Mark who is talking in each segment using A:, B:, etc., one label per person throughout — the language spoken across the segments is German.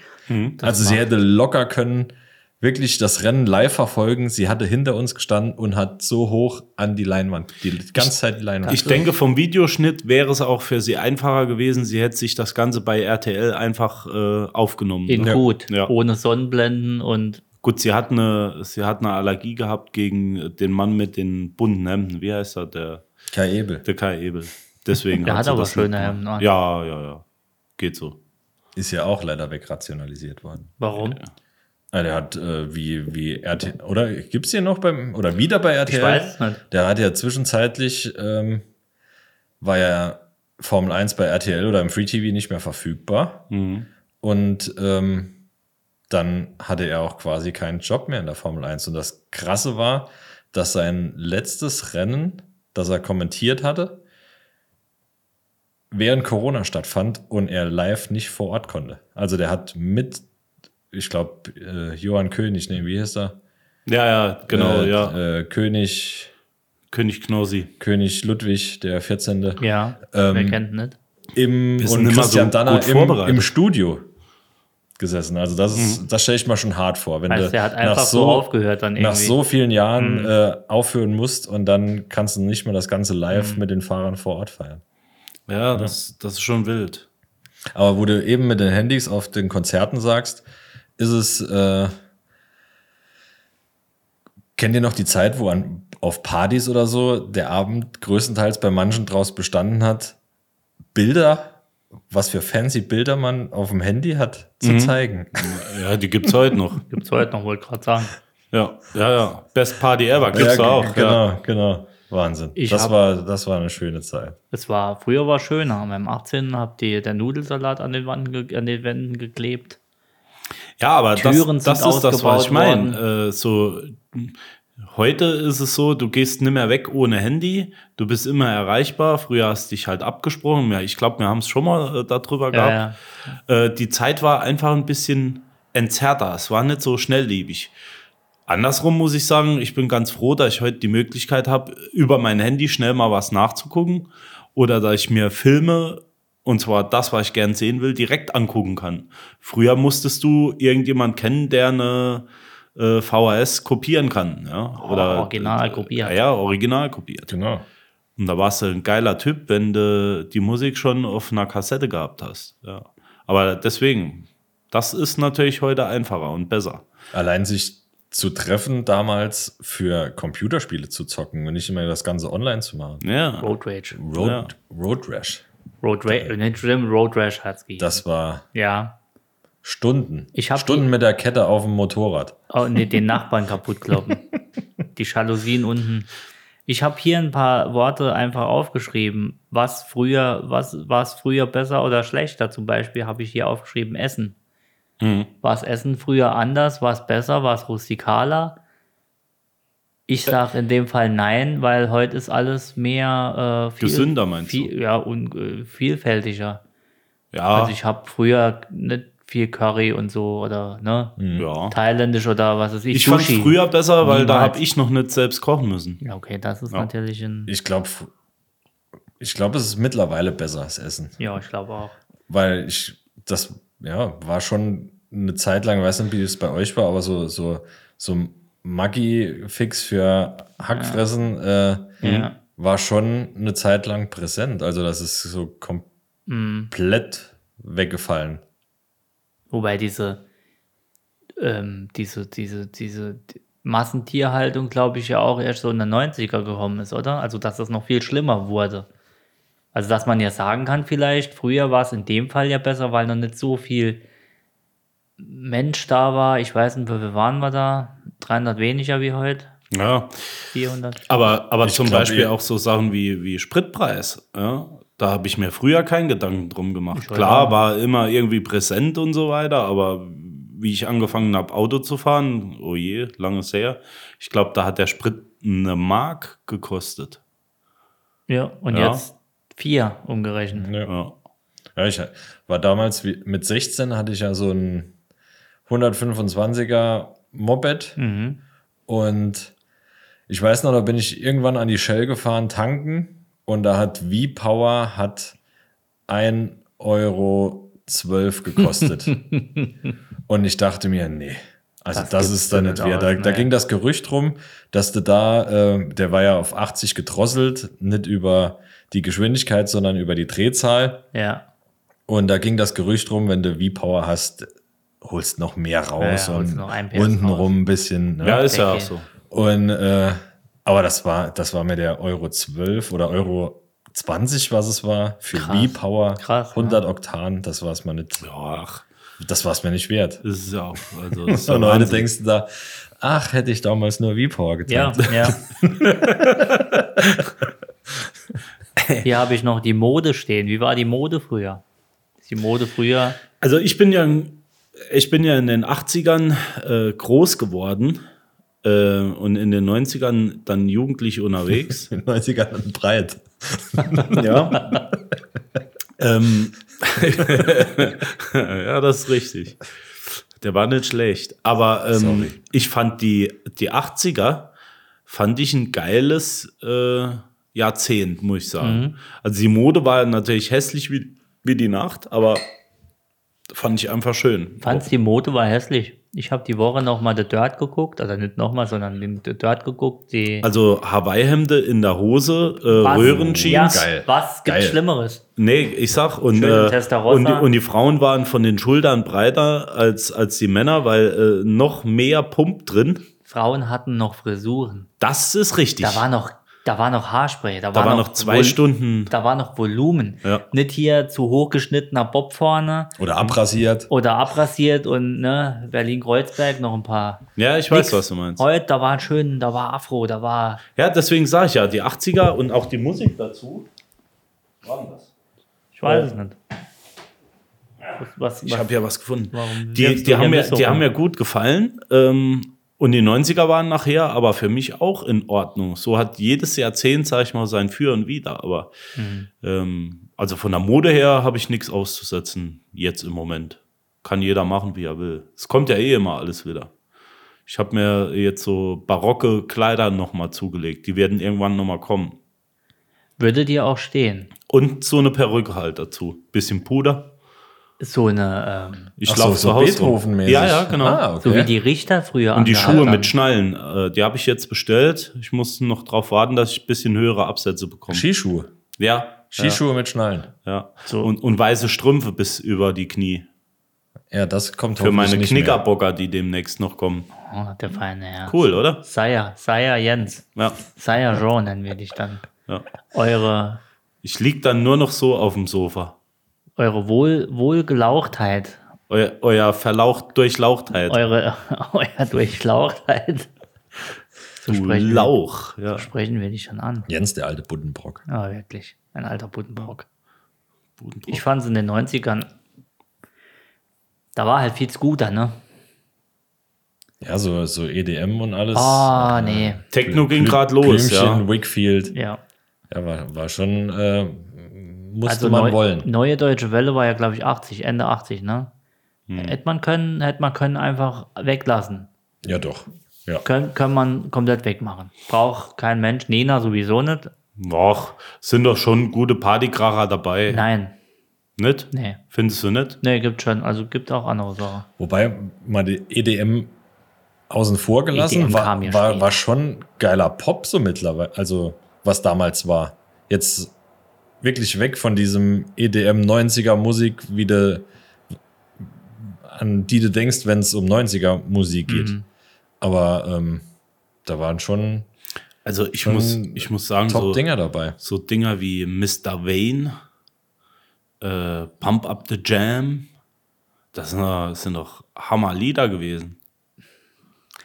A: also sie hätte locker können wirklich das Rennen live verfolgen. Sie hatte hinter uns gestanden und hat so hoch an die Leinwand, die ganze Zeit die Leinwand.
B: Ich denke, vom Videoschnitt wäre es auch für sie einfacher gewesen. Sie hätte sich das Ganze bei RTL einfach äh, aufgenommen.
C: In
B: ne?
C: gut.
B: Ja.
C: Ohne Sonnenblenden und
B: Gut, sie hat, eine, sie hat eine Allergie gehabt gegen den Mann mit den bunten Hemden. Wie heißt er? Der,
A: Kai Ebel
B: der Kai Ebel. Deswegen
C: Der hat
B: sie
C: aber
B: das
C: schöne
B: nicht gemacht.
C: Hemden an.
B: Ja, ja, ja. Geht so.
A: ist ja auch leider wegrationalisiert worden.
C: warum?
A: Ah, der hat äh, wie, wie RTL, oder gibt's hier noch beim, oder wieder bei RTL?
C: weiß es nicht.
A: Der hat ja zwischenzeitlich, ähm, war ja Formel 1 bei RTL oder im Free TV nicht mehr verfügbar.
B: Mhm.
A: Und ähm, dann hatte er auch quasi keinen Job mehr in der Formel 1. Und das Krasse war, dass sein letztes Rennen, das er kommentiert hatte, während Corona stattfand und er live nicht vor Ort konnte. Also der hat mit, ich glaube, äh, Johann König, nee, wie hieß er?
B: Ja, ja, genau,
A: äh,
B: ja.
A: Äh, König,
B: König Knossi.
A: König Ludwig, der 14.
C: Ja,
A: Ähm,
C: wer kennt nicht?
A: Im,
B: Wir sind
A: und
B: immer
A: Christian
B: so
A: Danner
B: gut
A: im,
B: vorbereitet.
A: im Studio gesessen. Also das ist, das stelle ich mir schon hart vor. Wenn
C: Also
A: du
C: Mhm. der hat
A: nach
C: einfach so,
A: so
C: aufgehört dann irgendwie. Mhm.
A: nach so vielen Jahren äh, aufhören musst und dann kannst du nicht mehr das Ganze live
C: Mhm.
A: mit den Fahrern vor Ort feiern.
B: Ja, das, das ist schon wild.
A: Aber wo du eben mit den Handys auf den Konzerten sagst, ist es. Äh, kennt ihr noch die Zeit, wo an, auf Partys oder so der Abend größtenteils bei manchen draus bestanden hat, Bilder, was für fancy Bilder man auf dem Handy hat, zu
B: Mhm.
A: zeigen?
B: Ja, die gibt's heute noch.
C: Gibt's heute noch, wollte gerade sagen.
B: Ja, ja, ja. Best Party ever gibt's
A: Ja,
B: auch. Ja.
A: Genau, genau. Wahnsinn.
C: Ich
A: das,
C: hab-
A: war, das war eine schöne Zeit.
C: Es war, früher war schöner. An meinem 18. habt ihr der Nudelsalat an den, Wanden ge an den Wänden geklebt.
B: Ja, aber
C: Türen
B: das, das
C: sind
B: ist das,
C: ausgebaut
B: was ich meine. Äh, so, mh, heute ist es so, du gehst nimmer weg ohne Handy, du bist immer erreichbar. Früher hast dich halt abgesprochen. Ja, ich glaube, wir haben es schon mal äh, darüber
C: Ja,
B: gehabt.
C: ja.
B: Äh, die Zeit war einfach ein bisschen entzerrter. Es war nicht so schnelllebig. Andersrum muss ich sagen, ich bin ganz froh, dass ich heute die Möglichkeit habe, über mein Handy schnell mal was nachzugucken oder dass ich mir Filme, und zwar das, was ich gern sehen will, direkt angucken kann. Früher musstest du irgendjemand kennen, der eine äh, VHS kopieren kann. Ja? Oder,
C: original kopiert.
B: Ja, ja, original kopiert.
A: Genau.
B: Und da warst du ein geiler Typ, wenn du die Musik schon auf einer Kassette gehabt hast. Ja. Aber deswegen, das ist natürlich heute einfacher und besser.
A: Allein sich zu treffen damals für Computerspiele zu zocken und nicht immer das Ganze online zu machen.
B: Ja.
C: Road Rage.
A: Road,
B: Ja.
A: Road Rash.
C: Road Rage. Nicht schlimm, Road Rage hat's gegeben.
A: Das war
C: Ja.
A: Stunden.
C: Ich hab
A: Stunden mit der Kette auf dem Motorrad.
C: Oh, nee, den Nachbarn kaputt kloppen. Die Jalousien unten. Ich habe hier ein paar Worte einfach aufgeschrieben. Was früher, was war es früher besser oder schlechter? Zum Beispiel habe ich hier aufgeschrieben Essen. War es Essen früher anders? War es besser? War es rustikaler? Ich sage in dem Fall nein, weil heute ist alles mehr äh, viel,
B: Gesünder, meinst
C: viel, Ja, und äh, vielfältiger.
B: Ja,
C: Also ich habe früher nicht viel Curry und so oder ne?
B: ja.
C: Thailändisch oder was weiß ich.
B: Ich fand
C: Sushi.
B: früher besser, weil da
C: Niemals.
B: habe ich noch nicht selbst kochen müssen.
C: Ja, okay, das ist natürlich ein.
A: Ich glaube, ich glaube, es ist mittlerweile besser, das Essen.
C: Ja, ich glaube auch.
A: Weil ich, das, ja, war schon eine Zeit lang, weiß nicht, wie es bei euch war, aber so, so, so Maggi-Fix für Hackfressen äh,
C: Ja.
A: war schon eine Zeit lang präsent. Also, das ist so
C: Mhm.
A: komplett weggefallen.
C: Wobei diese, ähm, diese, diese, diese Massentierhaltung, glaube ich, ja auch erst so in den 90er gekommen ist, oder? Also, dass das noch viel schlimmer wurde. Also, dass man ja sagen kann, vielleicht, früher war es in dem Fall ja besser, weil noch nicht so viel Mensch da war. Ich weiß nicht, wie viel waren wir da? 300 weniger wie heute?
B: Ja.
C: 400?
B: Aber, aber zum
A: glaub,
B: Beispiel
A: ihr-
B: auch so Sachen wie, wie Spritpreis. Ja? Da habe ich mir früher keinen Gedanken drum gemacht.
C: weiß
B: Klar,
C: auch.
B: war immer irgendwie präsent und so weiter, aber wie ich angefangen habe, Auto zu fahren, oh je, lange ist her. Ich glaube, da hat der Sprit eine Mark gekostet.
C: Ja, und
B: Ja.
C: jetzt vier umgerechnet.
B: Ja.
A: Ja, ich war damals wie, mit 16 hatte ich ja so ein 125er Moped
C: Mhm.
A: und ich weiß noch, da bin ich irgendwann an die Shell gefahren tanken und da hat V-Power hat 1,12 Euro gekostet. und ich dachte mir, nee, also das,
C: Das gibt's
A: ist dann
C: doch
A: nicht
C: nicht
A: wert. Da,
C: aus,
A: da
C: nee.
A: ging das Gerücht rum, dass du da, äh, der war ja auf 80 gedrosselt, nicht über die Geschwindigkeit, sondern über die Drehzahl.
C: Ja.
A: Und da ging das Gerücht rum, wenn du V-Power hast, holst noch mehr raus
C: Ja, ja, holst
A: und
C: noch ein PS raus.
A: untenrum ein bisschen. Ne?
B: Ja, ist ja auch
C: Deckel.
B: so.
A: Und äh, aber das war, das war mir der Euro 12 oder Euro 20, was es war, für V-Power.
C: Krass,
A: 100 Oktan, das war es mir nicht,
B: Ja, ach,
A: das war es mir nicht wert.
B: das ist ja auch. Also, das ist ja
A: Und heute
B: Wahnsinn.
A: denkst du da, ach, hätte ich damals nur V-Power
C: Ja,
A: getan.
C: ja. Hier habe ich noch die Mode stehen. Wie war die Mode früher? Ist die Mode früher?
B: Also ich bin ja, ich bin ja in den 80ern äh, groß geworden äh, und in den 90ern dann jugendlich unterwegs.
A: In den 90ern breit.
B: ja. Ähm, ja, das ist richtig. Der war nicht schlecht. Aber ähm,
A: Sorry.
B: ich fand die, die 80er, fand ich ein geiles äh, Jahrzehnt, muss ich sagen.
C: Mhm.
B: Also die Mode war natürlich hässlich wie, wie die Nacht, aber fand ich einfach schön.
C: Fand's die Mode war hässlich. Ich habe die Woche nochmal The Dirt geguckt, also nicht nochmal, sondern den The Dirt geguckt. Die
B: Also Hawaii-Hemde in der Hose, äh,
C: Was?
B: Röhrenjeans.
C: Ja,
A: Geil.
C: Was gibt
A: Geil.
C: Schlimmeres?
B: Nee, ich sag, und,
C: Schön
B: äh,
C: Testarossa.
B: und, die, und die Frauen waren von den Schultern breiter als, als die Männer, weil äh, noch mehr Pump drin.
C: Frauen hatten noch Frisuren.
B: Das ist richtig.
C: Da war noch, da war noch Haarspray. Da,
B: Da war noch zwei
C: Vol-
B: Stunden.
C: Da war noch Volumen.
B: Ja.
C: Nicht hier zu hoch geschnittener Bob vorne
A: Oder abrasiert.
C: oder abrasiert und ne, Berlin-Kreuzberg noch ein paar.
B: Ja, ich weiß,
C: Nix.
B: was du meinst.
C: Heute, da war schön, da war Afro, da war.
B: Ja, deswegen sage ich ja, die 80er und auch die Musik dazu. War denn das?
C: Ich weiß es nicht. oh. Was, was,
B: Ich habe ja was gefunden.
C: Warum
B: die
C: wirfst
B: die,
C: du
B: haben,
C: hier
B: mir,
C: Messer
B: die
C: rum?
B: haben mir gut gefallen. Ähm, und die 90er waren nachher aber für mich auch in Ordnung. So hat jedes Jahrzehnt, sage ich mal, sein Für und Wider. Aber
C: Mhm.
B: ähm, also von der Mode her habe ich nichts auszusetzen jetzt im Moment. Kann jeder machen, wie er will. Es kommt ja eh immer alles wieder. Ich habe mir jetzt so barocke Kleider nochmal zugelegt. Die werden irgendwann nochmal kommen.
C: würde dir auch stehen.
B: Und so eine Perücke halt dazu. Bisschen Puder.
C: So eine, ähm,
B: Ich
A: Ach so,
B: laufe
A: so
B: zu Hause. rum.
A: Beethoven-mäßig.
B: Ja, ja, genau.
A: Ah, okay.
C: so wie die Richter früher.
B: Und die
C: angehabt
B: Schuhe
C: haben.
B: mit Schnallen, äh, die habe ich jetzt bestellt. Ich muss noch drauf warten, dass ich ein bisschen höhere Absätze bekomme.
A: Skischuhe.
B: ja,
A: Skischuhe mit Schnallen.
B: ja. Und, und weiße Strümpfe bis über die Knie.
A: Ja, das kommt
B: Für meine
A: hoffentlich nicht mehr.
B: Knickerbocker, die demnächst noch kommen.
C: Oh, der feine Herr.
B: Cool, oder?
C: Saya, Saya Jens.
B: Ja.
C: Saya Jean nennen wir dich dann.
B: ja.
C: Eure,
B: Ich lieg dann nur noch so auf dem Sofa.
C: eure Wohl, Wohlgelauchtheit,
B: Euer, euer Verlaucht, Durchlauchtheit.
C: eure, euer Durchlauchtheit. So
B: du
C: sprechen,
B: Lauch. Ja.
C: sprechen wir dich schon an.
A: Jens, der alte Buddenbrock.
C: Ja, Ah, wirklich. Ein alter Buddenbrock. Ich fand es in den 90ern. Da war halt viel Scooter, ne?
A: Ja, so, so EDM und alles.
C: Ah, nee.
B: Techno ging
A: Blü-
B: gerade los,
A: Blümchen,
B: ja.
A: Wakefield. Ja,
C: Ja.
A: war, war schon, äh, musste
C: Also
A: man
C: neu,
A: wollen.
C: neue deutsche Welle war ja, glaube ich, 80, Ende 80, ne?
A: Hm.
C: Hätte man können, hätte man können einfach weglassen.
A: Ja, doch. Ja.
C: Können, kann man komplett wegmachen. Braucht kein Mensch. Nena sowieso nicht.
B: Doch, sind doch schon gute Partykracher dabei.
C: Nein.
B: Nicht?
C: Nee.
B: Findest du nicht?
C: Nee, gibt schon. Also gibt auch andere Sachen.
A: Wobei, mal die EDM außen vor gelassen,
C: EDM
A: war,
C: E kam ja
A: war,
C: später.
A: war schon geiler Pop so mittlerweile, also was damals war. Jetzt wirklich weg von diesem E EDM 90er Musik, wie du, an die du denkst, wenn es um 90er Musik geht.
C: Mhm.
A: Aber ähm, da waren schon
B: Also ich
A: Schon
B: muss, ich muss sagen, so,
A: Top-Dinger dabei.
B: so Dinger wie Mr. Wayne, äh, Pump Up the Jam, das sind, doch- das sind doch Hammerlieder gewesen.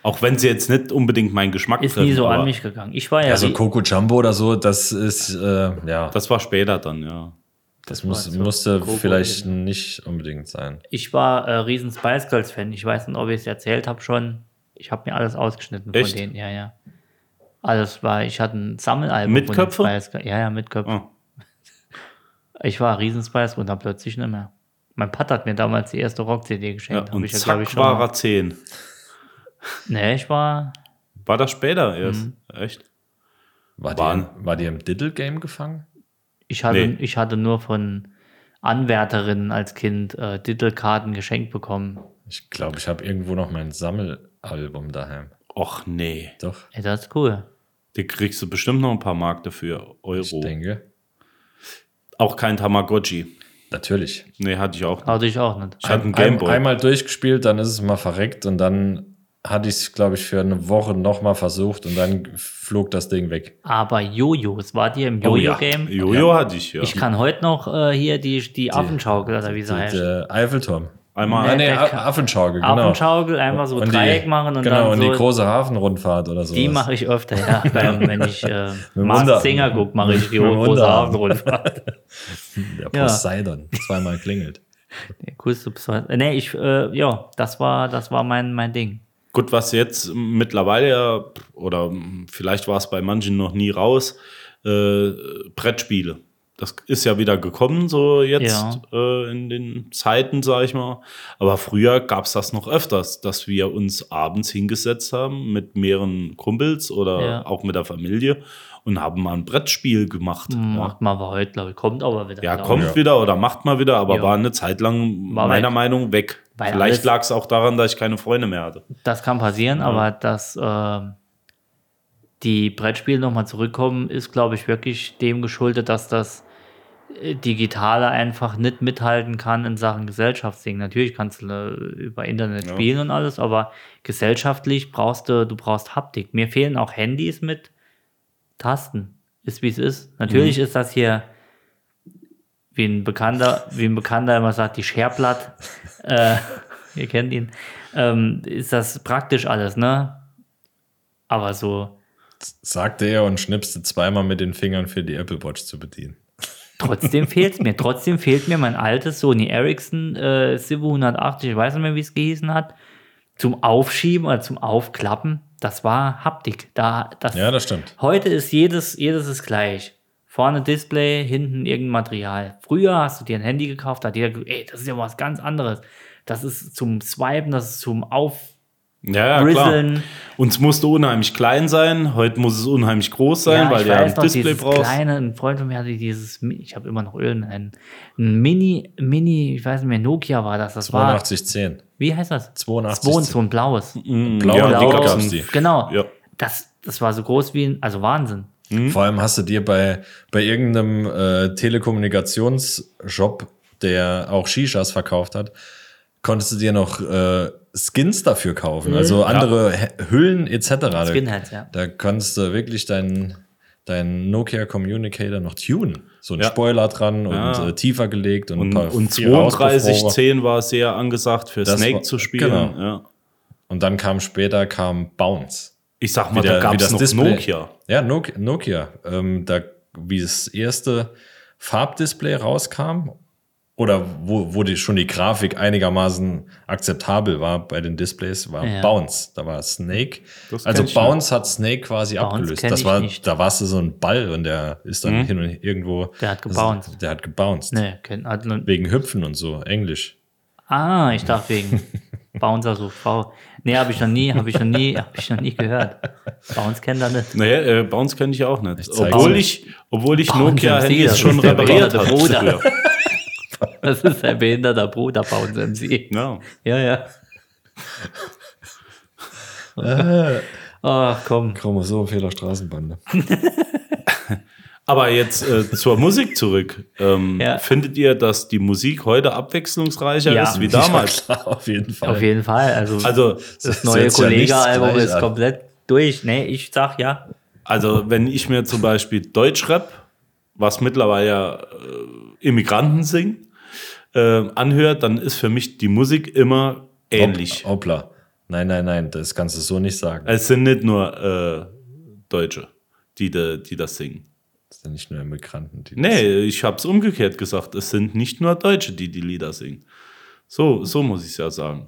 B: Auch wenn sie jetzt nicht unbedingt meinen Geschmack
C: Ist nie so
B: aber
C: an mich gegangen. Ich war ja.
A: Also
C: wie-
A: Coco Jumbo oder so, das ist, äh, ja, das,
B: Das war später dann, ja.
A: muss,
C: war so
A: musste
C: Coco
A: vielleicht nicht unbedingt sein.
C: Ich war äh, riesen Spice Girls Fan. Ich weiß nicht, ob ich es erzählt habe schon. Ich habe mir alles ausgeschnitten von
B: Echt?
C: denen. Ja, ja. Alles war. Ich hatte ein Sammelalbum.
B: Mit
C: von den
B: Köpfe?
C: Spice Girls. Ja, ja, mit Köpfe.
B: Ah.
C: Ich war riesen Spice und dann plötzlich nicht mehr. Mein Pat hat mir damals die erste Rock-CD geschenkt.
B: ja
C: Hab
B: und
C: ich ja,
B: zack
C: glaub ich, schon
B: war
C: mal-
B: er 10.
C: Nee, ich war.
B: War das später erst?
C: Mhm.
B: Echt?
A: War
B: Waren-
A: die, war die im Diddle-Game gefangen?
C: Ich hatte,
B: Nee.
C: ich hatte nur von Anwärterinnen als Kind äh, Titelkarten geschenkt bekommen.
A: Ich glaube, ich habe irgendwo noch mein Sammelalbum daheim.
B: Och nee.
A: Doch,
C: Ey, das ist cool.
B: Da kriegst du bestimmt noch ein paar Mark dafür.
A: ich
B: Euro.
A: denke.
B: Auch kein Tamagotchi.
A: Natürlich.
B: Nee, hatte ich auch nicht.
C: Hatte ich auch nicht.
B: Ich hatte einen
A: Ein-
B: Gameboy.
A: einmal durchgespielt, dann ist es mal verreckt und dann hatte ich es, glaube ich, für eine Woche nochmal versucht und dann flog das Ding weg.
C: Aber Jojos, wart ihr im
B: Oh ja.
C: Jojo-Game?
B: Jojo hatte ich, ja.
C: Ich kann heute noch äh, hier die, die, Affenschaukel oder wie sie
A: Und,
C: heißt.
A: äh, Eiffelturm.
B: Einmal
A: Ah, nee,
C: der
A: A-
C: Ka-
A: Affenschaukel, genau.
C: Affenschaukel, einfach so Dreieck machen und
A: genau,
C: dann
A: und
C: so.
A: die große Hafenrundfahrt oder so.
C: die mache ich öfter, ja. Beim, wenn ich äh,
A: dem
C: Mars
A: Unterarm.
C: Singer gucke, mache ich die
A: Mit dem
C: große
A: Unterarm.
C: Hafenrundfahrt.
A: Der
C: ja.
A: Poseidon. Zweimal klingelt.
C: Coolste Pse- Äh, Nee, ich, äh, ja, das war, das war mein, mein Ding.
B: Gut, was jetzt mittlerweile ja, oder vielleicht war es bei manchen noch nie raus, äh, Brettspiele. Das ist ja wieder gekommen, so jetzt
C: Ja.
B: äh, in den Zeiten, sag ich mal. Aber früher gab es das noch öfters, dass wir uns abends hingesetzt haben mit mehreren Kumpels oder
C: Ja.
B: auch mit der Familie und haben mal ein Brettspiel gemacht. Ja.
C: Macht mal aber heute, glaube ich. Kommt aber wieder.
B: Ja,
C: glaub ich.
B: kommt
A: Ja.
B: wieder oder macht mal wieder, aber
C: Ja.
B: war eine Zeit lang
C: War
B: meiner
C: weg.
B: Meinung weg.
C: Weil
B: Vielleicht
C: alles-
B: lag es auch daran, dass ich keine Freunde mehr hatte.
C: Das kann passieren, aber dass ähm, die Brettspiele nochmal zurückkommen, ist, glaube ich, wirklich dem geschuldet, dass das äh, Digitale einfach nicht mithalten kann in Sachen Gesellschaftsding. Natürlich kannst du äh, über Internet
B: Ja.
C: spielen und alles, aber gesellschaftlich brauchst du, du brauchst Haptik. Mir fehlen auch Handys mit Tasten. Ist wie es ist. Natürlich ist das hier, wie ein Bekannter, wie ein Bekannter immer sagt, die Scherblatt. äh, ihr kennt ihn. Ähm, ist das praktisch alles, ne? Aber so
A: sagte er und schnipste zweimal mit den Fingern für die Apple Watch zu bedienen.
C: trotzdem fehlt mir. Trotzdem fehlt mir mein altes Sony Ericsson äh, 780, ich weiß nicht mehr, wie es gehießen hat, zum Aufschieben oder zum Aufklappen. Das war Haptik. Da, das,
A: Ja, das stimmt.
C: Heute ist jedes, jedes ist gleich. Vorne Display, hinten irgendein Material. Früher hast du dir ein Handy gekauft, da hat jeder gesagt, ey, das ist ja was ganz anderes. Das ist zum Swipen, das ist zum Aufrisseln.
B: Ja, ja klar. Uns musste unheimlich klein sein. Heute muss es unheimlich groß sein,
C: Ja,
B: weil
C: ich
B: du ja ein
C: weiß noch,
B: Display
C: dieses
B: brauchst.
C: kleine, ein Freund von mir hatte dieses, Mi- ich habe immer noch irgendeinen, ein Mini, Mini, ich weiß nicht mehr, Nokia war das, das war,
A: 8210.
C: wie heißt das?
A: 82.
C: Zwei- so ein blaues.
A: Blau
B: Hm, ja, die
A: und dick
C: Blau.
A: Mhm, gab's
B: gab's
A: die.
C: Genau.
B: Ja.
C: Das, das war so groß wie ein, also Wahnsinn.
A: Vor allem hast du dir bei, bei irgendeinem äh, Telekommunikationsshop, der auch Shishas verkauft hat, konntest du dir noch äh, Skins dafür kaufen, also andere H- Hüllen etc.
C: Skinheads, ja.
A: Da kannst du wirklich deinen deinen Nokia Communicator noch tunen. So ein
B: Ja.
A: Spoiler dran und
B: Ja.
A: äh, tiefer gelegt und, ein
B: Und,
A: paar
B: und
A: Tiere ausgefroren.
B: 3210 war sehr angesagt für
A: Das
B: Snake
A: war-
B: zu spielen.
A: genau.
B: Ja.
A: Und dann kam später kam Bounce.
B: Ich sag
A: Wie
B: mal,
A: der-
B: da
A: wie
B: gab es
A: das
B: noch
A: Display.
B: Nokia.
A: Ja, Nok- Nokia. Ähm, da, wie das erste Farbdisplay rauskam oder wo, wo die, schon die Grafik einigermaßen akzeptabel war bei den Displays, war
C: Ja.
A: Bounce. Da war Snake.
B: Das
A: also
B: kenn ich
A: Bounce hat Snake quasi
C: Bounce
A: abgelöst.
C: kenn
A: Das
C: ich
A: war,
C: nicht.
A: da warst du so ein Ball und der ist
B: Mhm.
A: dann hin und irgendwo.
C: Der hat gebounced.
A: Also, der hat gebounced.
C: Nee, kennt, hat,
A: Wegen Hüpfen und so, Englisch.
C: Ah, ich dachte wegen Bouncer sucht Frau. Nee, habe ich noch nie, habe ich noch nie, habe ich noch nie gehört. Bounce kennt er nicht.
B: Nee, äh, Bounce kenne ich auch nicht.
A: zeig's
B: obwohl,
A: dir.
B: ich, obwohl ich
C: Bounce MC,
B: Nokia-Handys
C: das
B: schon
C: ist der
B: repariert
C: behinderte
B: habe.
C: Bruder.
B: früher.
C: Das ist der behinderte Bruder Bounce MC.
B: Ja.
C: Ja, ja. Ach komm.
A: Chromosomfehler Straßenbande.
B: Aber jetzt äh, zur Musik zurück. Ähm,
C: Ja.
B: Findet ihr, dass die Musik heute abwechslungsreicher
C: Ja.
B: ist wie damals?
A: Ja, klar, auf jeden Fall.
C: Auf jeden Fall. Also,
B: Also,
C: das
A: setzt
C: neue
A: jetzt ja
C: Kollege-Album
A: nichts gleich
C: ist
A: an.
C: komplett durch. Nee, ich sag ja.
B: Also, wenn ich mir zum Beispiel Deutschrap, was mittlerweile ja äh, Immigranten singen, äh, anhört, dann ist für mich die Musik immer ähnlich.
A: Hopp- Hoppla. Nein, nein, nein, das kannst du so nicht sagen.
B: Es sind nicht nur äh, Deutsche, die, da- die das singen.
A: Das sind nicht nur Immigranten. Die das-
B: Nee, ich habe es umgekehrt gesagt. Es sind nicht nur Deutsche, die die Lieder singen. So, so muss ich es ja sagen.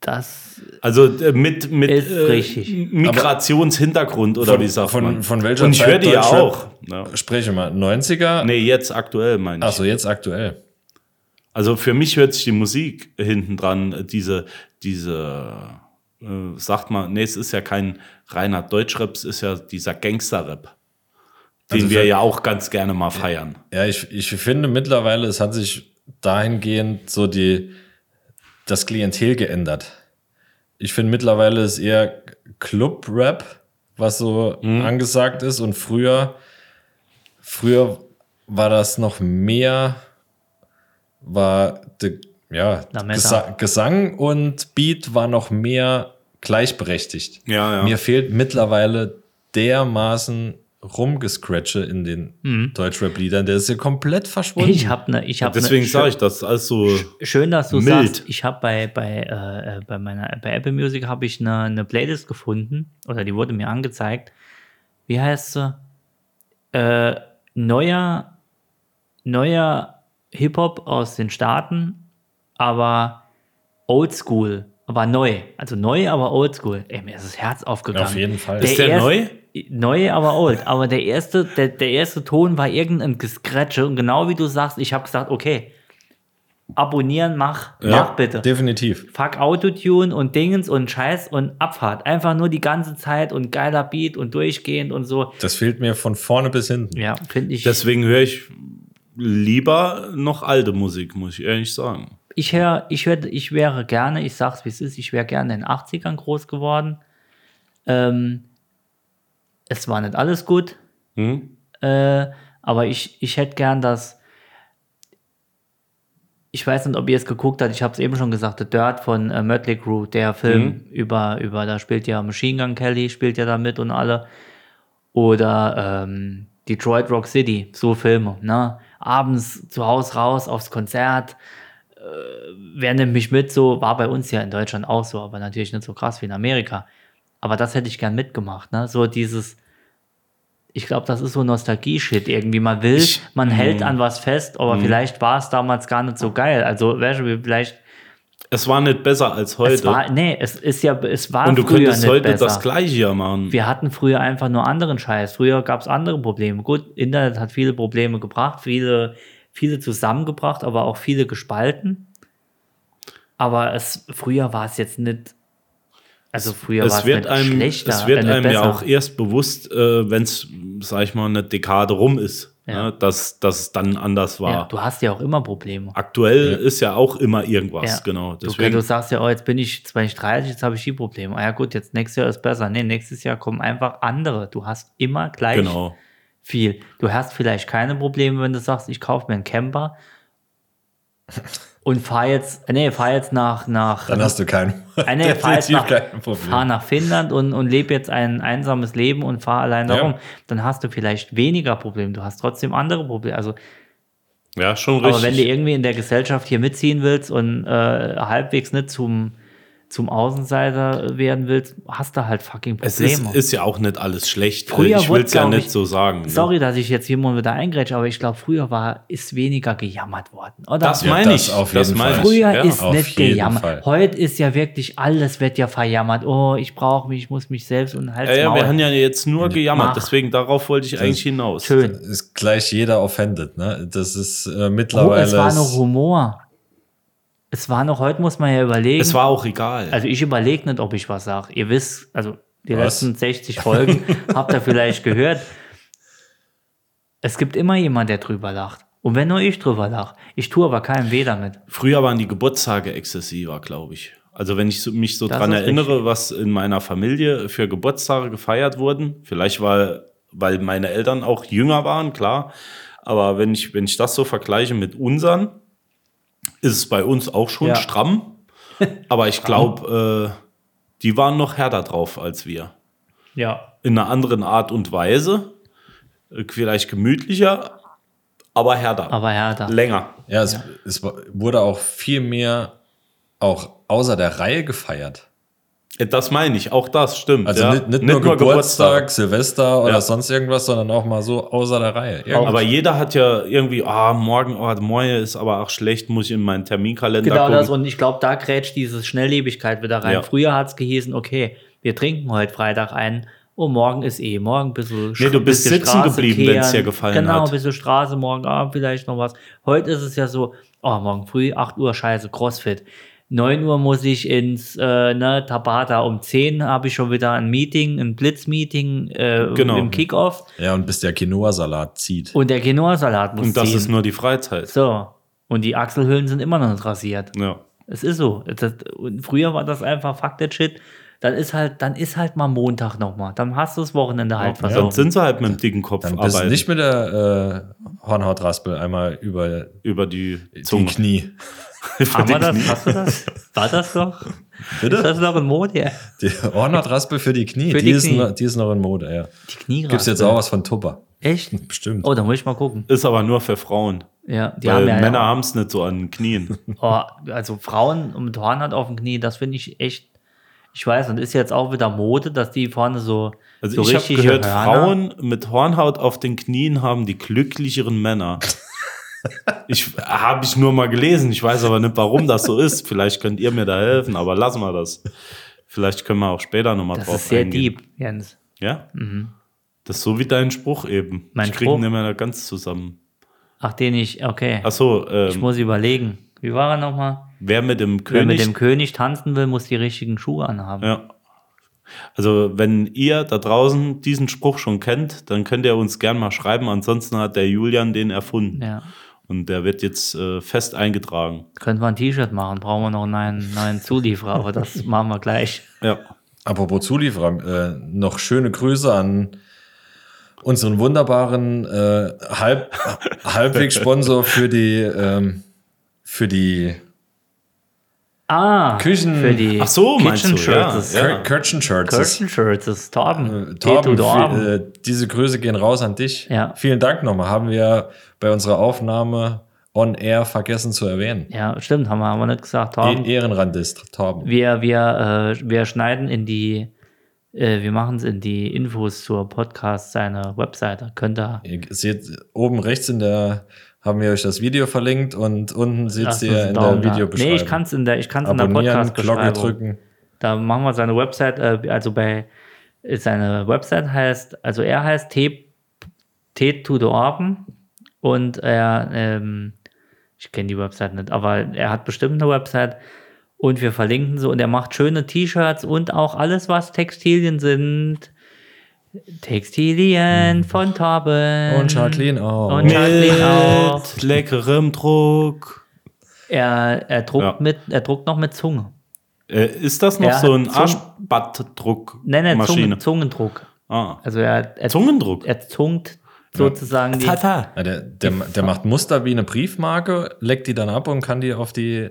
C: Das
B: Also äh, mit, mit
C: Ist richtig.
B: Migrationshintergrund oder
A: Von-
B: wie sagt
A: von-
B: man.
A: von welcher
B: Und ich
A: Zeit
B: höre die ja
A: Deutschrap?
B: auch. Ja.
A: Spreche mal, 90er?
B: Nee, jetzt aktuell meine ich.
A: Achso, jetzt aktuell.
B: Also für mich hört sich die Musik hinten dran, äh, diese, diese, äh, sagt man, nee, es ist ja kein reiner Deutschrap, es ist ja dieser Gangsterrap, den
A: Also
B: wir
A: für-
B: ja auch ganz gerne mal feiern.
A: Ja, ich, ich finde mittlerweile, es hat sich dahingehend so die, das Klientel geändert. Ich finde mittlerweile ist eher Club-Rap, was so
B: Mhm.
A: angesagt ist. Und früher, früher war das noch mehr, war de, ja,
C: Lametta.
A: Gesa Gesang und Beat war noch mehr gleichberechtigt.
B: Ja, ja.
A: Mir fehlt mittlerweile dermaßen rumgescratche in den Deutschrap-Liedern. Der ist ja komplett verschwunden.
C: ich hab ne, ich hab
B: Deswegen
C: ne,
B: sage ich das, also
C: Schön, dass du
B: Mild.
C: sagst, ich habe bei, bei, äh, äh, bei meiner bei Apple Music habe ich eine, eine Playlist gefunden oder die wurde mir angezeigt. Wie heißt sie? Äh, neuer neuer Hip-Hop aus den Staaten, aber oldschool, aber neu. Also neu, aber oldschool. Ey, mir ist das Herz aufgegangen.
A: Auf jeden Fall.
C: Der
B: ist der
C: erst-
B: neu?
C: neu, aber old. Aber der erste, der, der erste Ton war irgendein Gescratche. Und genau wie du sagst, ich habe gesagt, okay, abonnieren, mach, mach bitte.
A: Definitiv.
C: Fuck Autotune und Dingens und Scheiß und Abfahrt. Einfach nur die ganze Zeit und geiler Beat und durchgehend und so.
A: Das fehlt mir von vorne bis hinten.
C: Ja, finde ich.
B: Deswegen höre ich lieber noch alte Musik, muss ich ehrlich sagen.
C: ich höre, ich höre, ich wäre gerne, ich sag's wie es ist, ich wäre gerne in den 80ern groß geworden. Ähm, es war nicht alles gut. Äh, aber ich, ich hätte gern das. Ich weiß nicht, ob ihr es geguckt habt, ich habe es eben schon gesagt, The Dirt von äh, Mötley Crew, der Film über, über, da spielt ja Machine Gun Kelly, spielt ja da mit und alle. Oder ähm, Detroit Rock City, so Filme, ne? Abends zu Hause raus aufs Konzert, wer nimmt mich mit, so war bei uns ja in Deutschland auch so, aber natürlich nicht so krass wie in Amerika. Aber das hätte ich gern mitgemacht, ne? So dieses, ich glaube, das ist so Nostalgie-Shit irgendwie. Man will, man
B: Mhm.
C: hält an was fest, aber vielleicht war es damals gar nicht so geil. Also, weißt du, vielleicht,
B: Es war nicht besser als
C: es
B: heute.
C: war, nee, es ist ja, es war
B: Und du
C: früher
B: könntest
C: nicht
B: heute
C: besser.
B: das Gleiche ja machen.
C: Wir hatten früher einfach nur anderen Scheiß. Früher gab es andere Probleme. Gut, Internet hat viele Probleme gebracht, viele, viele zusammengebracht, aber auch viele gespalten. Aber es, früher war es jetzt nicht. Also früher war es
B: es wird
C: nicht
B: einem,
C: schlechter.
B: es wird
C: äh, nicht
B: einem ja
C: besser.
B: auch erst bewusst, äh, wenn es, sag ich mal, eine Dekade rum ist,
C: Ja.
B: ne, dass, dass es dann anders war.
C: Ja, du hast ja auch immer Probleme.
B: Aktuell ist ja auch immer irgendwas,
C: Ja.
B: genau.
C: Du,
B: Deswegen,
C: du sagst ja, oh, jetzt bin ich 2030, jetzt habe ich die Probleme. Ah ja gut, jetzt nächstes Jahr ist besser. Nee, nächstes Jahr kommen einfach andere. Du hast immer gleich
B: genau.
C: viel. Du hast vielleicht keine Probleme, wenn du sagst, ich kaufe mir einen Camper und fahr jetzt, nee, fahr jetzt nach, nach,
A: Dann hast du keinen.
C: äh, nee, fahr jetzt nach,
A: kein
C: fahr
A: Problem.
C: nach Finnland und, und lebe jetzt ein einsames Leben und fahr allein
A: Ja.
C: darum. Dann hast du vielleicht weniger Probleme. Du hast trotzdem andere Probleme. Also,
B: Ja, schon
C: aber wenn du
B: richtig.
C: irgendwie in der Gesellschaft hier mitziehen willst und äh, halbwegs nicht zum, zum Außenseiter werden willst, hast du halt fucking
B: es
C: Probleme.
B: ist, ist ja auch nicht alles schlecht.
C: Früher
B: ich will
C: wurde,
B: es ja
C: glaub
B: nicht
C: ich-
B: so sagen. ne?
C: Sorry, dass ich jetzt jemand wieder eingrätsche, aber ich glaube, früher war, ist weniger gejammert worden, oder?
B: Das
A: Ja,
B: meine
A: das
B: ich.
A: auf
B: das
A: jeden
B: meine
A: Fall.
B: ich.
C: Früher
B: ja.
C: ist
A: auf
C: nicht
A: jeden
C: gejammert.
A: Fall.
C: Heute ist ja wirklich alles wird ja verjammert. Oh, ich brauche mich, ich muss mich selbst und halt
B: Ja, ja, wir haben ja jetzt nur gejammert,
C: Mach.
B: deswegen darauf wollte ich eigentlich hinaus.
C: schön.
A: Ist gleich jeder offended, ne? Das ist äh,
C: Oh,
A: mittlerweile.
C: es war noch Humor. Es war noch, heute muss man ja überlegen.
B: Es war auch egal.
C: also ich überlege nicht, ob ich was sage. Ihr wisst, also die
A: Was?
C: letzten 60 Folgen habt ihr vielleicht gehört. Es gibt immer jemand, der drüber lacht. Und wenn nur ich drüber lache. Ich tue aber keinem weh damit.
B: Früher waren die Geburtstage exzessiver, glaube ich. Also wenn ich so, mich so
C: Das
B: dran
C: ist
B: erinnere, was in meiner Familie für Geburtstage gefeiert wurden, vielleicht weil, weil meine Eltern auch jünger waren, klar. Aber wenn ich, wenn ich das so vergleiche mit unseren, ist es bei uns auch schon
C: Ja.
B: stramm. Aber ich glaube, äh, die waren noch härter drauf als wir.
C: Ja,
B: in einer anderen Art und Weise. Äh, Vielleicht gemütlicher, aber härter.
C: aber härter.
B: Länger.
A: ja, es, es war- wurde auch viel mehr auch außer der Reihe gefeiert.
B: Äh, Das meine ich, auch das stimmt.
A: Also
B: ja.
A: nicht, nicht, nur, Geburtstag, Silvester oder
B: Ja.
A: sonst irgendwas, sondern auch mal so außer der Reihe. Irgendwas.
B: Aber jeder hat ja irgendwie, ah, morgen, oh, morgen ist aber auch schlecht, muss ich in meinen Terminkalender
C: Genau das.
B: gucken.
C: Und ich glaube, da grätscht diese Schnelllebigkeit wieder rein.
B: Ja.
C: Früher hat es gehießen, okay, wir trinken heute Freitag ein. Oh, morgen ist eh, morgen ein bisschen
B: Nee, du
C: Sch-
B: bist
C: bisschen
B: sitzen geblieben, wenn's dir gefallen
C: genau,
B: hat.
C: Genau, ein bisschen Straße, morgen Abend vielleicht noch was. Heute ist es ja so, oh, morgen früh, 8 Uhr, scheiße, Crossfit. 9 Uhr muss ich ins äh, ne, Tabata. Um 10 habe ich schon wieder ein Meeting, ein Blitzmeeting äh,
B: Genau.
C: im Kickoff.
A: ja, und bis der Quinoa-Salat zieht.
C: Und der Quinoa-Salat muss
B: Und das
C: ziehen.
B: ist nur die Freizeit.
C: so. Und die Achselhöhlen sind immer noch nicht rasiert.
B: Ja.
C: Es ist so. Das, und früher war das einfach fuck that shit. Dann ist halt, dann ist halt mal Montag nochmal. Dann hast du das Wochenende halt
B: Dann
C: versorgt.
B: sind sie halt mit dem dicken Kopf
A: Dann bist du
B: arbeiten
A: nicht mit der äh, Hornhautraspel einmal über
B: über die
A: die
B: Zunge.
A: Knie.
C: Haben wir das? Hast du das? War das noch? Ist
A: Bitte?
C: das noch in Mode? Ja.
A: Die Hornhautraspel für die Knie.
C: Für
A: die,
C: die
A: ist
C: Knie.
A: Noch, die ist noch in Mode, ja.
C: Die Knie
A: Gibt es jetzt auch was von Tupper?
C: Echt?
A: Bestimmt.
C: Oh, da muss ich mal gucken.
B: Ist aber nur für Frauen.
C: Ja, die
B: weil
C: haben ja
B: Männer haben es nicht so an den Knien.
C: Oh, also Frauen mit Hornhaut auf dem Knie, das finde ich echt. Ich weiß, und ist jetzt auch wieder Mode, dass die vorne so.
B: Also
C: so
B: ich habe
C: richtige
B: gehört,
C: Hörner-
B: Frauen mit Hornhaut auf den Knien haben die glücklicheren Männer. ich habe ich nur mal gelesen. Ich weiß aber nicht, warum das so ist. Vielleicht könnt ihr mir da helfen, aber lassen wir das. Vielleicht können wir auch später nochmal
C: Das
B: drauf
C: ist sehr
B: eingehen.
C: deep, Jens.
B: Ja? Das ist so wie dein Spruch eben.
C: Mein
B: ich kriege
C: Spruch?
B: ihn nicht mehr ganz zusammen.
C: Ach, den ich, okay.
B: Achso,
C: Ich
B: ähm,
C: muss überlegen. Wie war er nochmal?
B: wer mit dem
C: Wer
B: König.
C: mit dem König tanzen will, muss die richtigen Schuhe anhaben.
B: ja. Also, wenn ihr da draußen diesen Spruch schon kennt, dann könnt ihr uns gern mal schreiben. Ansonsten hat der Julian den erfunden.
C: Ja.
B: Und der wird jetzt äh, fest eingetragen.
C: Könnten wir ein T-Shirt machen, brauchen wir noch einen neuen, neuen Zulieferer, aber das machen wir gleich.
B: Ja.
A: Apropos Zulieferer, äh, noch schöne Grüße an unseren wunderbaren äh, Halb Halbwegsponsor für die ähm, für die
C: Ah,
A: Küchen-
C: für die
B: Ach so, meinst
C: Kitchen
B: du, ja,
C: Shirts.
B: ja.
A: Curtain Shirts.
C: Curtain Shirts, das ist Torben.
A: Äh, Torben,
C: Geht du Torben.
A: viel, äh, diese Grüße gehen raus an dich.
C: Ja.
A: Vielen Dank nochmal. Haben wir bei unserer Aufnahme on air vergessen zu erwähnen.
C: ja, stimmt, haben wir, haben wir nicht gesagt. Torben,
A: E Ehrenrandist, Torben.
C: wir, wir, äh, wir schneiden in die, äh, wir machen es in die Infos zur Podcast, seine Webseite. Könnt ihr,
A: Ihr seht oben rechts in der haben wir euch das Video verlinkt und unten seht
C: lasst
A: ihr
C: uns
A: in
C: einen
A: der
C: Daumen da.
A: Videobeschreibung.
C: Nee, ich kann es in der, ich kann's in der
A: Abonnieren, Glocke
C: Podcast-Beschreibung.
A: drücken.
C: Da machen wir seine Website, äh, also bei seine Website heißt, also er heißt T, T to the Orben und er, ähm, ich kenne die Website nicht, aber er hat bestimmt eine Website und wir verlinken sie und er macht schöne T-Shirts und auch alles, was Textilien sind. Textilien von Torben.
A: Hm. Und Jacqueline auch.
C: Und Jacqueline auch.
B: Mit leckerem Druck.
C: Er, er, druckt
B: Ja.
C: mit, er druckt noch mit Zunge.
B: Äh, ist das noch
C: Er
B: so
C: hat
B: ein
C: Zung- Nein, nein,
B: Arschbattdruckmaschine?
C: Zungen, Zungendruck.
B: Ah.
C: Also er, er
B: Zungendruck.
C: er zungt sozusagen die.
B: Tata.
A: Ja, der, der, der macht Muster wie eine Briefmarke, leckt die dann ab und kann die auf die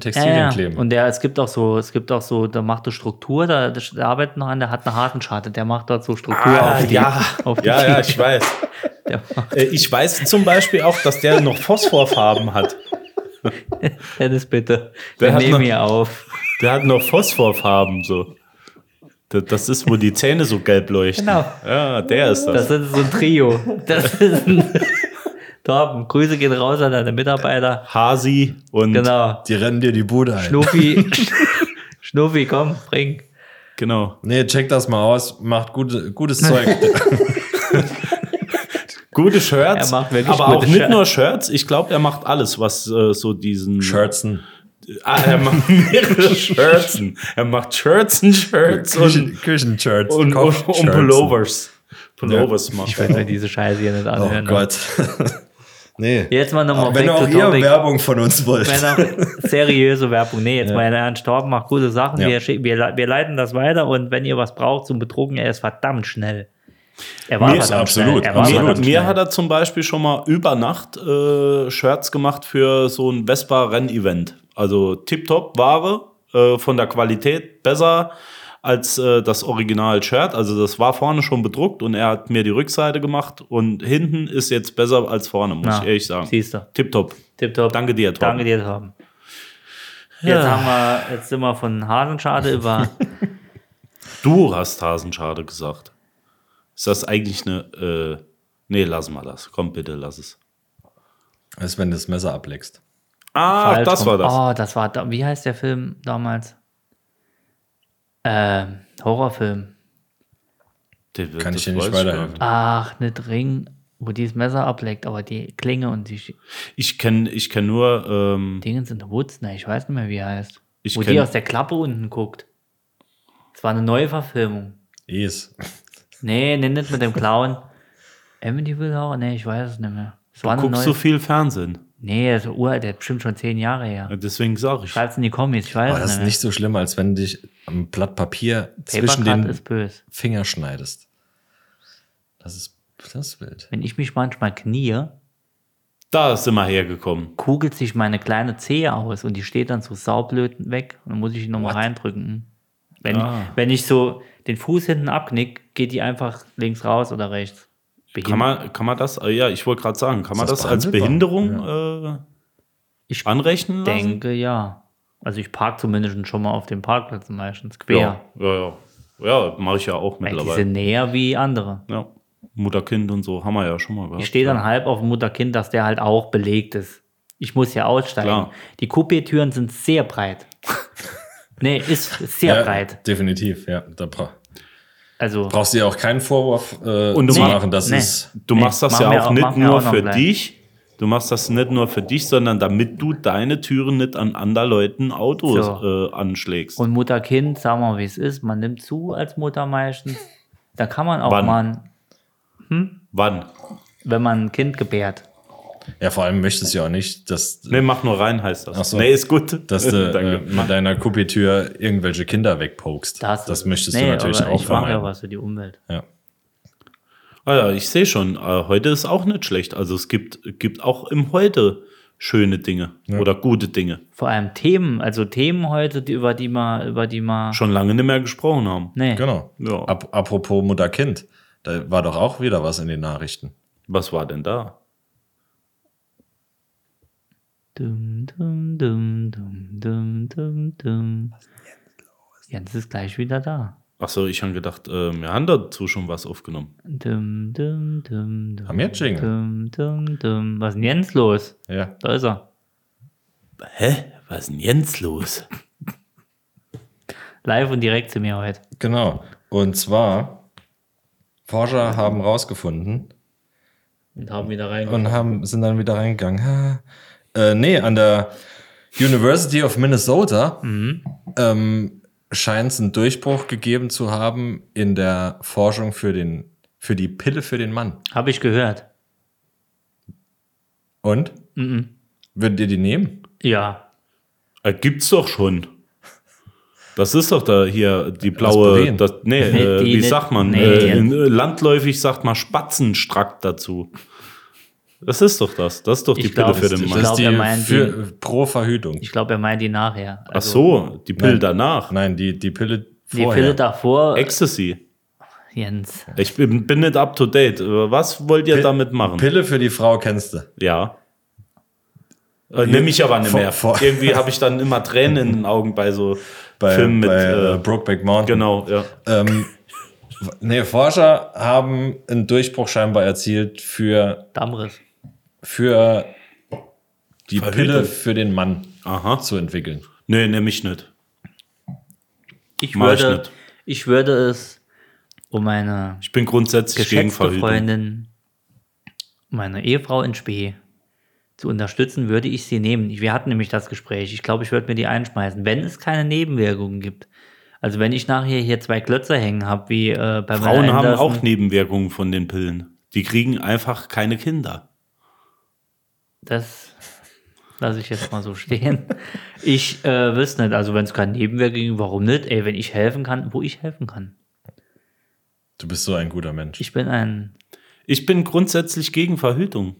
C: Ja,
A: Textilien
C: ja.
A: kleben.
C: Und der, es gibt auch so, es gibt auch so, da macht eine Struktur, da, da arbeitet noch an, der hat eine Hartenscharte, der macht dort so Struktur
B: Ah,
C: auf die,
B: ja.
C: auf die
B: ja, ja, ich
C: T-Shirts.
B: weiß.
C: Der macht-
B: Äh, Ich weiß zum Beispiel auch, dass der noch Phosphorfarben hat.
C: Dennis, bitte.
B: Der
C: Wir
B: hat
C: nehmen
B: noch-
C: hier auf.
B: Der hat noch Phosphorfarben so. Da- Das ist, wo die Zähne so gelb leuchten.
C: Genau.
B: Ja, der ist das.
C: Das ist so ein Trio. Das ist ein Torben, Grüße gehen raus an deine Mitarbeiter.
B: Hasi und
C: Genau.
A: Die rennen dir die Bude ein.
C: Schnuffi, Schnuffi, komm, bring.
B: genau.
A: Nee, check das mal aus. Macht gute, gutes Zeug.
B: Gute Shirts,
C: Er macht wirklich
B: aber
C: gute
B: auch nicht
C: Shirts.
B: nur Shirts. Ich glaube, er macht alles, was äh, so diesen
A: Shirtsen.
B: Ah, er macht mehrere Shirtsen. Er macht Shirtsen, Shirts
A: Küchen-
B: und,
A: Küchenshirts.
B: und, und,
A: Kopfshirtsen.
B: und Pullovers. Pullovers
C: Ich
B: macht
C: werde mir
B: er.
C: diese Scheiße hier nicht
B: ne.
A: Oh
C: anhören. ne?
A: Gott. nee.
C: Jetzt mal nochmal
A: Wenn
C: back
A: auch
C: to
A: ihr
C: topic.
A: Werbung von uns wollt.
C: Männer, seriöse Werbung. Nee, jetzt mal in Ernst, Torben macht gute Sachen.
A: Ja.
C: Wir, schick- wir, le- wir leiten das weiter und wenn ihr was braucht zum Betrug, er ist verdammt schnell. Er war
A: Mir ist
C: verdammt
A: absolut,
C: schnell. Er war
A: absolut.
B: Mir
C: verdammt schnell.
B: hat er zum Beispiel schon mal über Nacht äh, Shirts gemacht für so ein Vespa-Rennevent. Also tipptopp Ware, äh, von der Qualität besser als äh, das Original-Shirt. Also das war vorne schon bedruckt und er hat mir die Rückseite gemacht und hinten ist jetzt besser als vorne, muss
C: Na,
B: ich ehrlich sagen.
C: siehst du.
B: Tipptopp.
C: Tipptopp.
B: Danke dir, Torben.
C: Danke dir, Torben. Jetzt, haben wir, jetzt sind wir von Hasenschade über.
B: Du hast Hasenschade gesagt. Ist das eigentlich eine. Äh, nee, lass mal das. Komm bitte, lass es.
A: Als wenn du das Messer ableckst.
B: Ah,
C: Falsch
B: das
C: rum.
B: war das.
C: Oh, das war. da- Wie heißt der Film damals? Ähm, Horrorfilm.
B: Den-
A: Kann
B: das
A: ich dir
B: weiß
A: nicht
B: gar
A: weiterhelfen.
C: Ach, nicht Ring, wo die das Messer ableckt, aber die Klinge und die.
B: Ich kenne ich kenn nur. Ähm,
C: Dingens in the Woods, ne, ich weiß nicht mehr, wie er heißt.
B: Ich
C: Wo
B: kenn-
C: die aus der Klappe unten guckt. Es war eine neue Verfilmung.
A: Yes.
C: Nee, nee, nicht mit dem Clown. Emily Willauer? Nee, ich weiß es nicht mehr. Es war eine
B: guckst
C: neue.
B: so viel Fernsehen.
C: nee, das ist uralt, der ist bestimmt schon zehn Jahre her.
B: Deswegen sage ich.
C: Schreib's in die Kommis, ich weiß
A: Aber
C: es nicht
A: das ist
C: mehr.
A: nicht so schlimm, als wenn du dich am Blatt Papier zwischen
C: Papercut
A: den
C: ist böse.
A: Finger schneidest. Das ist das ist wild.
C: Wenn ich mich manchmal knie,
B: Da sind wir hergekommen.
C: kugelt sich meine kleine Zehe aus und die steht dann so saublöd weg und dann muss ich die nochmal reindrücken. Wenn,
B: Ah.
C: wenn ich so den Fuß hinten abknick, geht die einfach links raus oder rechts.
B: Kann man, kann man das, äh, ja, ich wollte gerade sagen, kann man das,
A: das
B: als
A: behandelbar?
B: Behinderung äh,
C: Ich
B: anrechnen lassen?
C: denke ja. Also ich park zumindest schon mal auf den Parkplätzen meistens quer.
B: Ja, ja, ja. Ja, mache ich ja auch
C: Weil die
B: mittlerweile.
C: sind näher wie andere.
B: Ja. Mutter, Kind und so haben wir ja schon mal gehabt.
C: Ich stehe dann halb auf dem Mutterkind, dass der halt auch belegt ist. Ich muss ja aussteigen.
B: Klar.
C: Die Coupé-Türen sind sehr breit. nee, ist ist sehr breit.
A: Definitiv, ja. Da bra
C: Also,
A: Brauchst dir auch keinen Vorwurf äh,
B: Und du
A: zu
B: mach-
A: machen, das
C: nee.
A: ist.
B: Du
C: Nee,
B: machst das
C: machen
B: ja
C: wir
B: auch
C: auch-
B: nicht
C: machen wir
B: nur
C: auch noch
B: für
C: gleich.
B: dich. Du machst das nicht nur für dich, sondern damit du deine Türen nicht an anderen Leuten Autos
C: So.
B: äh, anschlägst.
C: und Mutter-Kind, sagen wir mal, wie es ist. Man nimmt zu als Mutter meistens. Da kann man auch
B: Wann?
C: mal, ein-
B: Wann?
C: wenn man ein Kind gebärt.
A: Ja, vor allem möchtest du ja auch nicht, dass,
B: Nee, mach nur rein, heißt das.
A: Ach so.
B: Nee, ist gut.
A: dass du äh,
B: Danke.
A: mit deiner Coupé-Tür irgendwelche Kinder wegpokst.
C: Da
A: Das,
C: hast
A: möchtest
C: Nee,
A: du natürlich
C: aber
A: auch
C: Ich mache ja
A: vermeiden.
C: was für die Umwelt.
A: Ja.
B: Ah ja, ich sehe schon, äh, heute ist auch nicht schlecht. Also es gibt, gibt auch im Heute schöne Dinge oder gute Dinge.
C: Vor allem Themen, also Themen heute, die, über die man, über die man. ne,
B: Schon lange nicht mehr gesprochen haben.
C: Nee.
A: Genau.
B: Ja.
A: Ap apropos Mutter-Kind, da war doch auch wieder was in den Nachrichten.
B: Was war denn da?
C: Dum, dum, dum, dum, dum, dum, dum. Jens ist gleich wieder da.
B: Achso, ich habe gedacht, äh, wir haben dazu schon was aufgenommen.
C: Dum, dum, dum, dum,
A: Haben wir Jingle?
C: Dum, dum, dum. Was ist denn Jens los?
A: Ja.
C: Da ist er.
B: Hä? Was ist denn Jens los?
C: Live und direkt zu mir heute.
A: Genau. Und zwar, Forscher haben rausgefunden,
C: Und haben wieder rein.
A: und haben, sind dann wieder reingegangen. Ha. Äh, nee, an der University of Minnesota
C: Mhm.
A: ähm, scheint es einen Durchbruch gegeben zu haben in der Forschung für, den, für die Pille für den Mann.
C: Habe ich gehört.
A: Und?
C: Mhm.
A: Würdet ihr die nehmen?
C: Ja.
B: Äh, gibt's doch schon. Das ist doch da hier die blaue,
A: Aspirin.
B: das, nee,
C: Nee,
B: äh,
C: die
B: wie
C: nicht-
B: sagt man?
C: nee.
B: Äh, in, äh, landläufig sagt man Spatzenstrakt dazu. Das ist doch das. Das ist doch die
C: Ich
B: Pille
C: glaub,
B: für den
C: ich
B: Mann.
C: glaub, er
A: die
C: meint
A: für, pro Verhütung.
C: Ich glaube, er meint die nachher.
B: Ach
C: Also,
B: so, die Pille
A: Nein.
B: danach.
A: Nein, die, die Pille
C: Die
A: vorher.
C: Pille davor,
B: Ecstasy.
C: Jens.
B: Ich bin, bin nicht up to date. Äh, Was wollt ihr
A: Pil-
B: damit machen?
A: Pille für die Frau kennst du.
B: Ja. Äh, Nimm ich aber nicht
A: Vor-
B: mehr.
A: vor-
B: Irgendwie habe ich dann immer Tränen in den Augen bei so
A: Bei,
B: Filmen mit.
A: bei äh,
B: äh,
A: Brokeback Mountain.
B: genau, ja.
A: Ähm, nee, Forscher haben einen Durchbruch scheinbar erzielt für
C: Damris.
A: für die
B: Verhütung.
A: Pille für den Mann
B: Aha.
A: zu entwickeln.
B: Nee, nehme ich nicht.
C: Ich
B: Mach ich
C: würde,
B: nicht.
C: ich würde es um meine
B: Ich bin grundsätzlich gegen
C: geschätzte
B: Verhütung.
C: Freundin, meine Ehefrau in Spee, zu unterstützen, würde ich sie nehmen. Wir hatten nämlich das Gespräch. Ich glaube, ich würde mir die einschmeißen, wenn es keine Nebenwirkungen gibt. Also wenn ich nachher hier zwei Klötze hängen habe, wie äh, bei
B: Frauen
C: meiner
B: haben
C: Anderson-
B: auch Nebenwirkungen von den Pillen. Die kriegen einfach keine Kinder.
C: Das lasse ich jetzt mal so stehen. Ich äh, wüsste nicht, also wenn es keine Nebenwirkungen gibt, warum nicht? Ey, wenn ich helfen kann, wo ich helfen kann.
A: Du bist so ein guter Mensch.
C: Ich bin ein,
B: Ich bin grundsätzlich gegen Verhütung.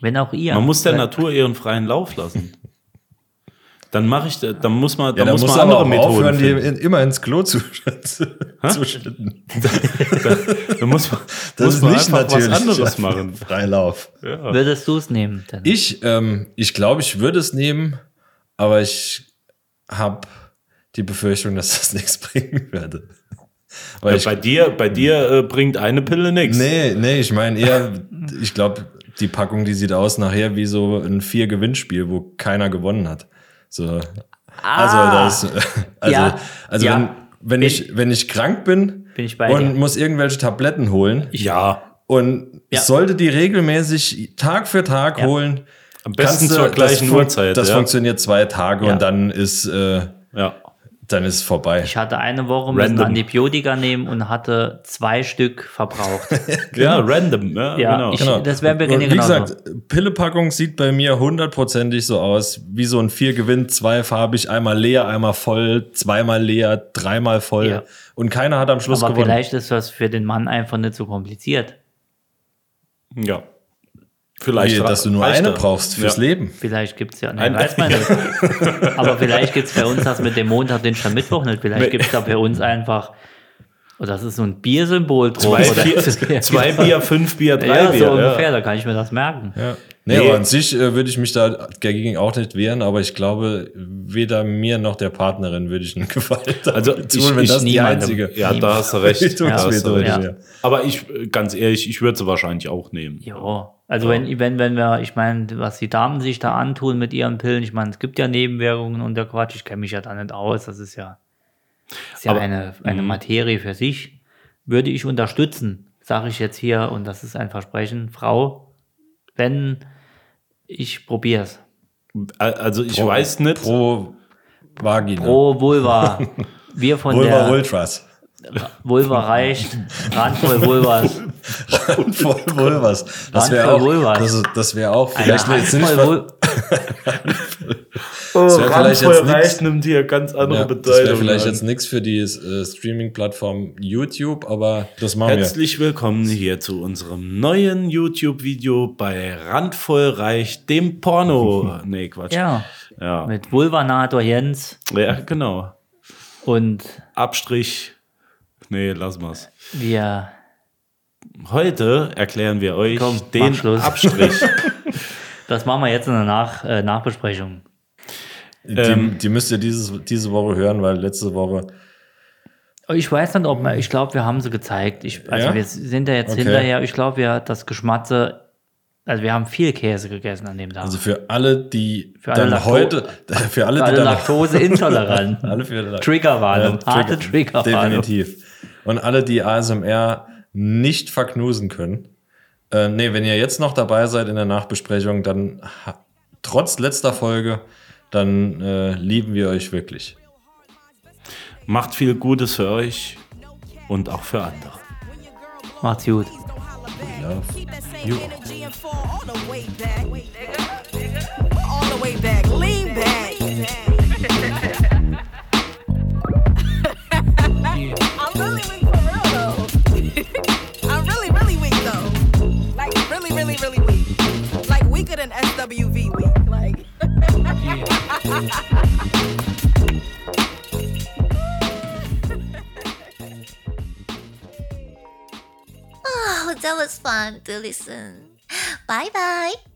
C: wenn auch ihr.
B: Man muss der
C: Wenn-
B: Natur ihren freien Lauf lassen. Dann mache ich, dann muss man,
A: ja,
B: dann
A: da
B: muss
A: muss
B: man
A: aber
B: andere
A: auch
B: Methoden
A: aufhören, die
B: finden.
A: in, immer ins Klo zu, zu, zu schütten.
B: Dann muss man,
A: Das
B: muss
A: ist
B: man
A: nicht
B: einfach
A: natürlich.
B: was anderes machen.
A: Freilauf.
C: Würdest du es nehmen? Dennis?
A: Ich, ähm, ich glaube, ich würde es nehmen, aber ich habe die Befürchtung, dass das nichts bringen würde. Weil
B: Ja,
A: ich,
B: bei dir, bei dir äh, bringt eine Pille nichts.
A: nee, nee, ich meine eher, ich glaube, die Packung, die sieht aus nachher wie so ein Vier-Gewinnspiel, wo keiner gewonnen hat. So. Also, das, also,
C: Ah. Ja.
A: also
C: Ja.
A: wenn, wenn ich, wenn ich krank bin,
C: Bin ich bei
A: und
C: dir.
A: muss irgendwelche Tabletten holen
B: Ja,
A: und
C: Ja.
A: sollte die regelmäßig Tag für Tag
C: Ja.
A: holen,
B: am besten
A: kannst du-
B: zur
A: das
B: gleichen
A: fun-
B: Uhrzeit.
A: Das
B: ja.
A: funktioniert zwei Tage
C: Ja.
A: und dann ist äh,
B: Ja.
A: dann ist vorbei.
C: Ich hatte eine Woche müssen
B: Random.
C: Antibiotika nehmen und hatte zwei Stück verbraucht.
A: Genau.
B: ja, random. Ja,
C: Ja,
B: genau.
C: ich- das wäre bei
A: Und
C: René
A: Wie
C: genauso.
A: gesagt, Pillepackung sieht bei mir hundertprozentig so aus, wie so ein Vier-Gewinn, zweifarbig, einmal leer, einmal voll, zweimal leer, dreimal voll.
C: Ja.
A: Und keiner hat am Schluss
C: Aber
A: gewonnen.
C: vielleicht ist das für den Mann einfach nicht so kompliziert.
B: ja. Vielleicht.
A: Nee, dass du nur
B: reicht
A: eine
B: das.
A: brauchst fürs
B: ja.
A: Leben.
C: Vielleicht gibt es ja, nein,
B: Ein-
C: weiß man nicht. Aber vielleicht gibt es bei uns das mit dem Montag, den schon Mittwoch nicht. Vielleicht gibt es da bei uns einfach, oh, das ist so ein Biersymbol drauf.
B: Zwei,
C: oder-
B: vier, zwei Bier, fünf Bier, drei
C: ja,
B: Bier.
C: so ungefähr,
B: ja.
C: da kann ich mir das merken.
A: Ja. Nee,
B: Nee.
A: aber an sich äh, würde ich mich da dagegen auch nicht wehren, aber ich glaube, weder mir noch der Partnerin würde ich einen Gefallen
B: Also
A: tun,
B: ich-
A: wenn
B: ich
A: das die
C: niemandem.
A: einzige
B: Ja, da hast du recht. Da hast du
A: Richtungsmethode
B: recht.
C: Ja.
A: wäre.
B: Aber ich, äh, ganz ehrlich, ich würde sie wahrscheinlich auch nehmen.
C: Ja, also wenn, wenn, wenn wir, ich meine, was die Damen sich da antun mit ihren Pillen, ich meine, es gibt ja Nebenwirkungen und der Quatsch, ich kenne mich ja da nicht aus, das ist ja, ist ja
B: Aber-
A: mhm.
C: eine, eine Materie für sich. würde ich unterstützen, sage ich jetzt hier, und das ist ein Versprechen, Frau, wenn ich probiere es.
B: Also ich weiß nicht.
A: Pro Vagina.
C: Pro Vulva. Wir von
A: Vulva
C: der
A: Ultras.
C: Vulva reicht, randvoll Vulvas.
A: Voll Vulvas. Das wäre
C: Randvoll
A: auch,
C: Vulvas.
A: das, ist- das wäre auch
C: Eine
A: vielleicht jetzt nicht,
C: Handvoll
A: ver-
C: Vul-
B: Oh,
A: wär vielleicht jetzt
B: Randvoll
A: nix.
B: Reich nimmt hier ganz andere
A: ja, das
B: Bedeutung. ne?
A: wäre vielleicht
B: an.
A: jetzt nichts für die äh, Streaming-Plattform YouTube, aber das machen wir.
B: Herzlich willkommen hier zu unserem neuen YouTube-Video bei Randvoll Reich, dem Porno. nee, Quatsch.
C: Ja,
B: Ja,
C: mit Vulvanator Jens
B: ja genau.
C: und
B: Abstrich. Nee, lassen wir's.
C: wir
B: Heute erklären wir euch
C: Komm,
B: den
C: mach Schluss.
B: Abstrich.
C: Das machen wir jetzt in der Nach äh, Nachbesprechung.
A: Die,
B: ähm,
A: die müsst ihr dieses, diese Woche hören, weil letzte Woche
C: Oh, Ich weiß nicht, ob man, ich glaube, wir haben sie gezeigt. Ich, also
A: Ja?
C: wir sind ja jetzt
A: Okay.
C: hinterher. Ich glaube, wir das Geschmatze, also wir haben viel Käse gegessen an dem Tag.
A: Also für alle, die
C: Für alle
A: dann
C: Lacto-
A: heute, für alle,
C: Für
A: die
C: alle
A: dann
C: Laktoseintoleranten.
A: alle für Lack-
C: Triggerwarnung, harte Triggerwarnung.
A: Definitiv. Und alle, die ASMR nicht verknusen können. Äh, nee, wenn ihr jetzt noch dabei seid in der Nachbesprechung, dann ha- trotz letzter Folge, dann äh, lieben wir euch wirklich.
B: Macht viel Gutes für euch und auch für andere.
C: Macht's gut.
A: love
D: Keep that same energy and fall all the way back. All the way back. Lean back. I'm really weak for real though. I'm really, really weak though. Like really, really, really weak. Like weaker than SWV weak. Like.
E: Oh, that was fun to listen. Bye bye.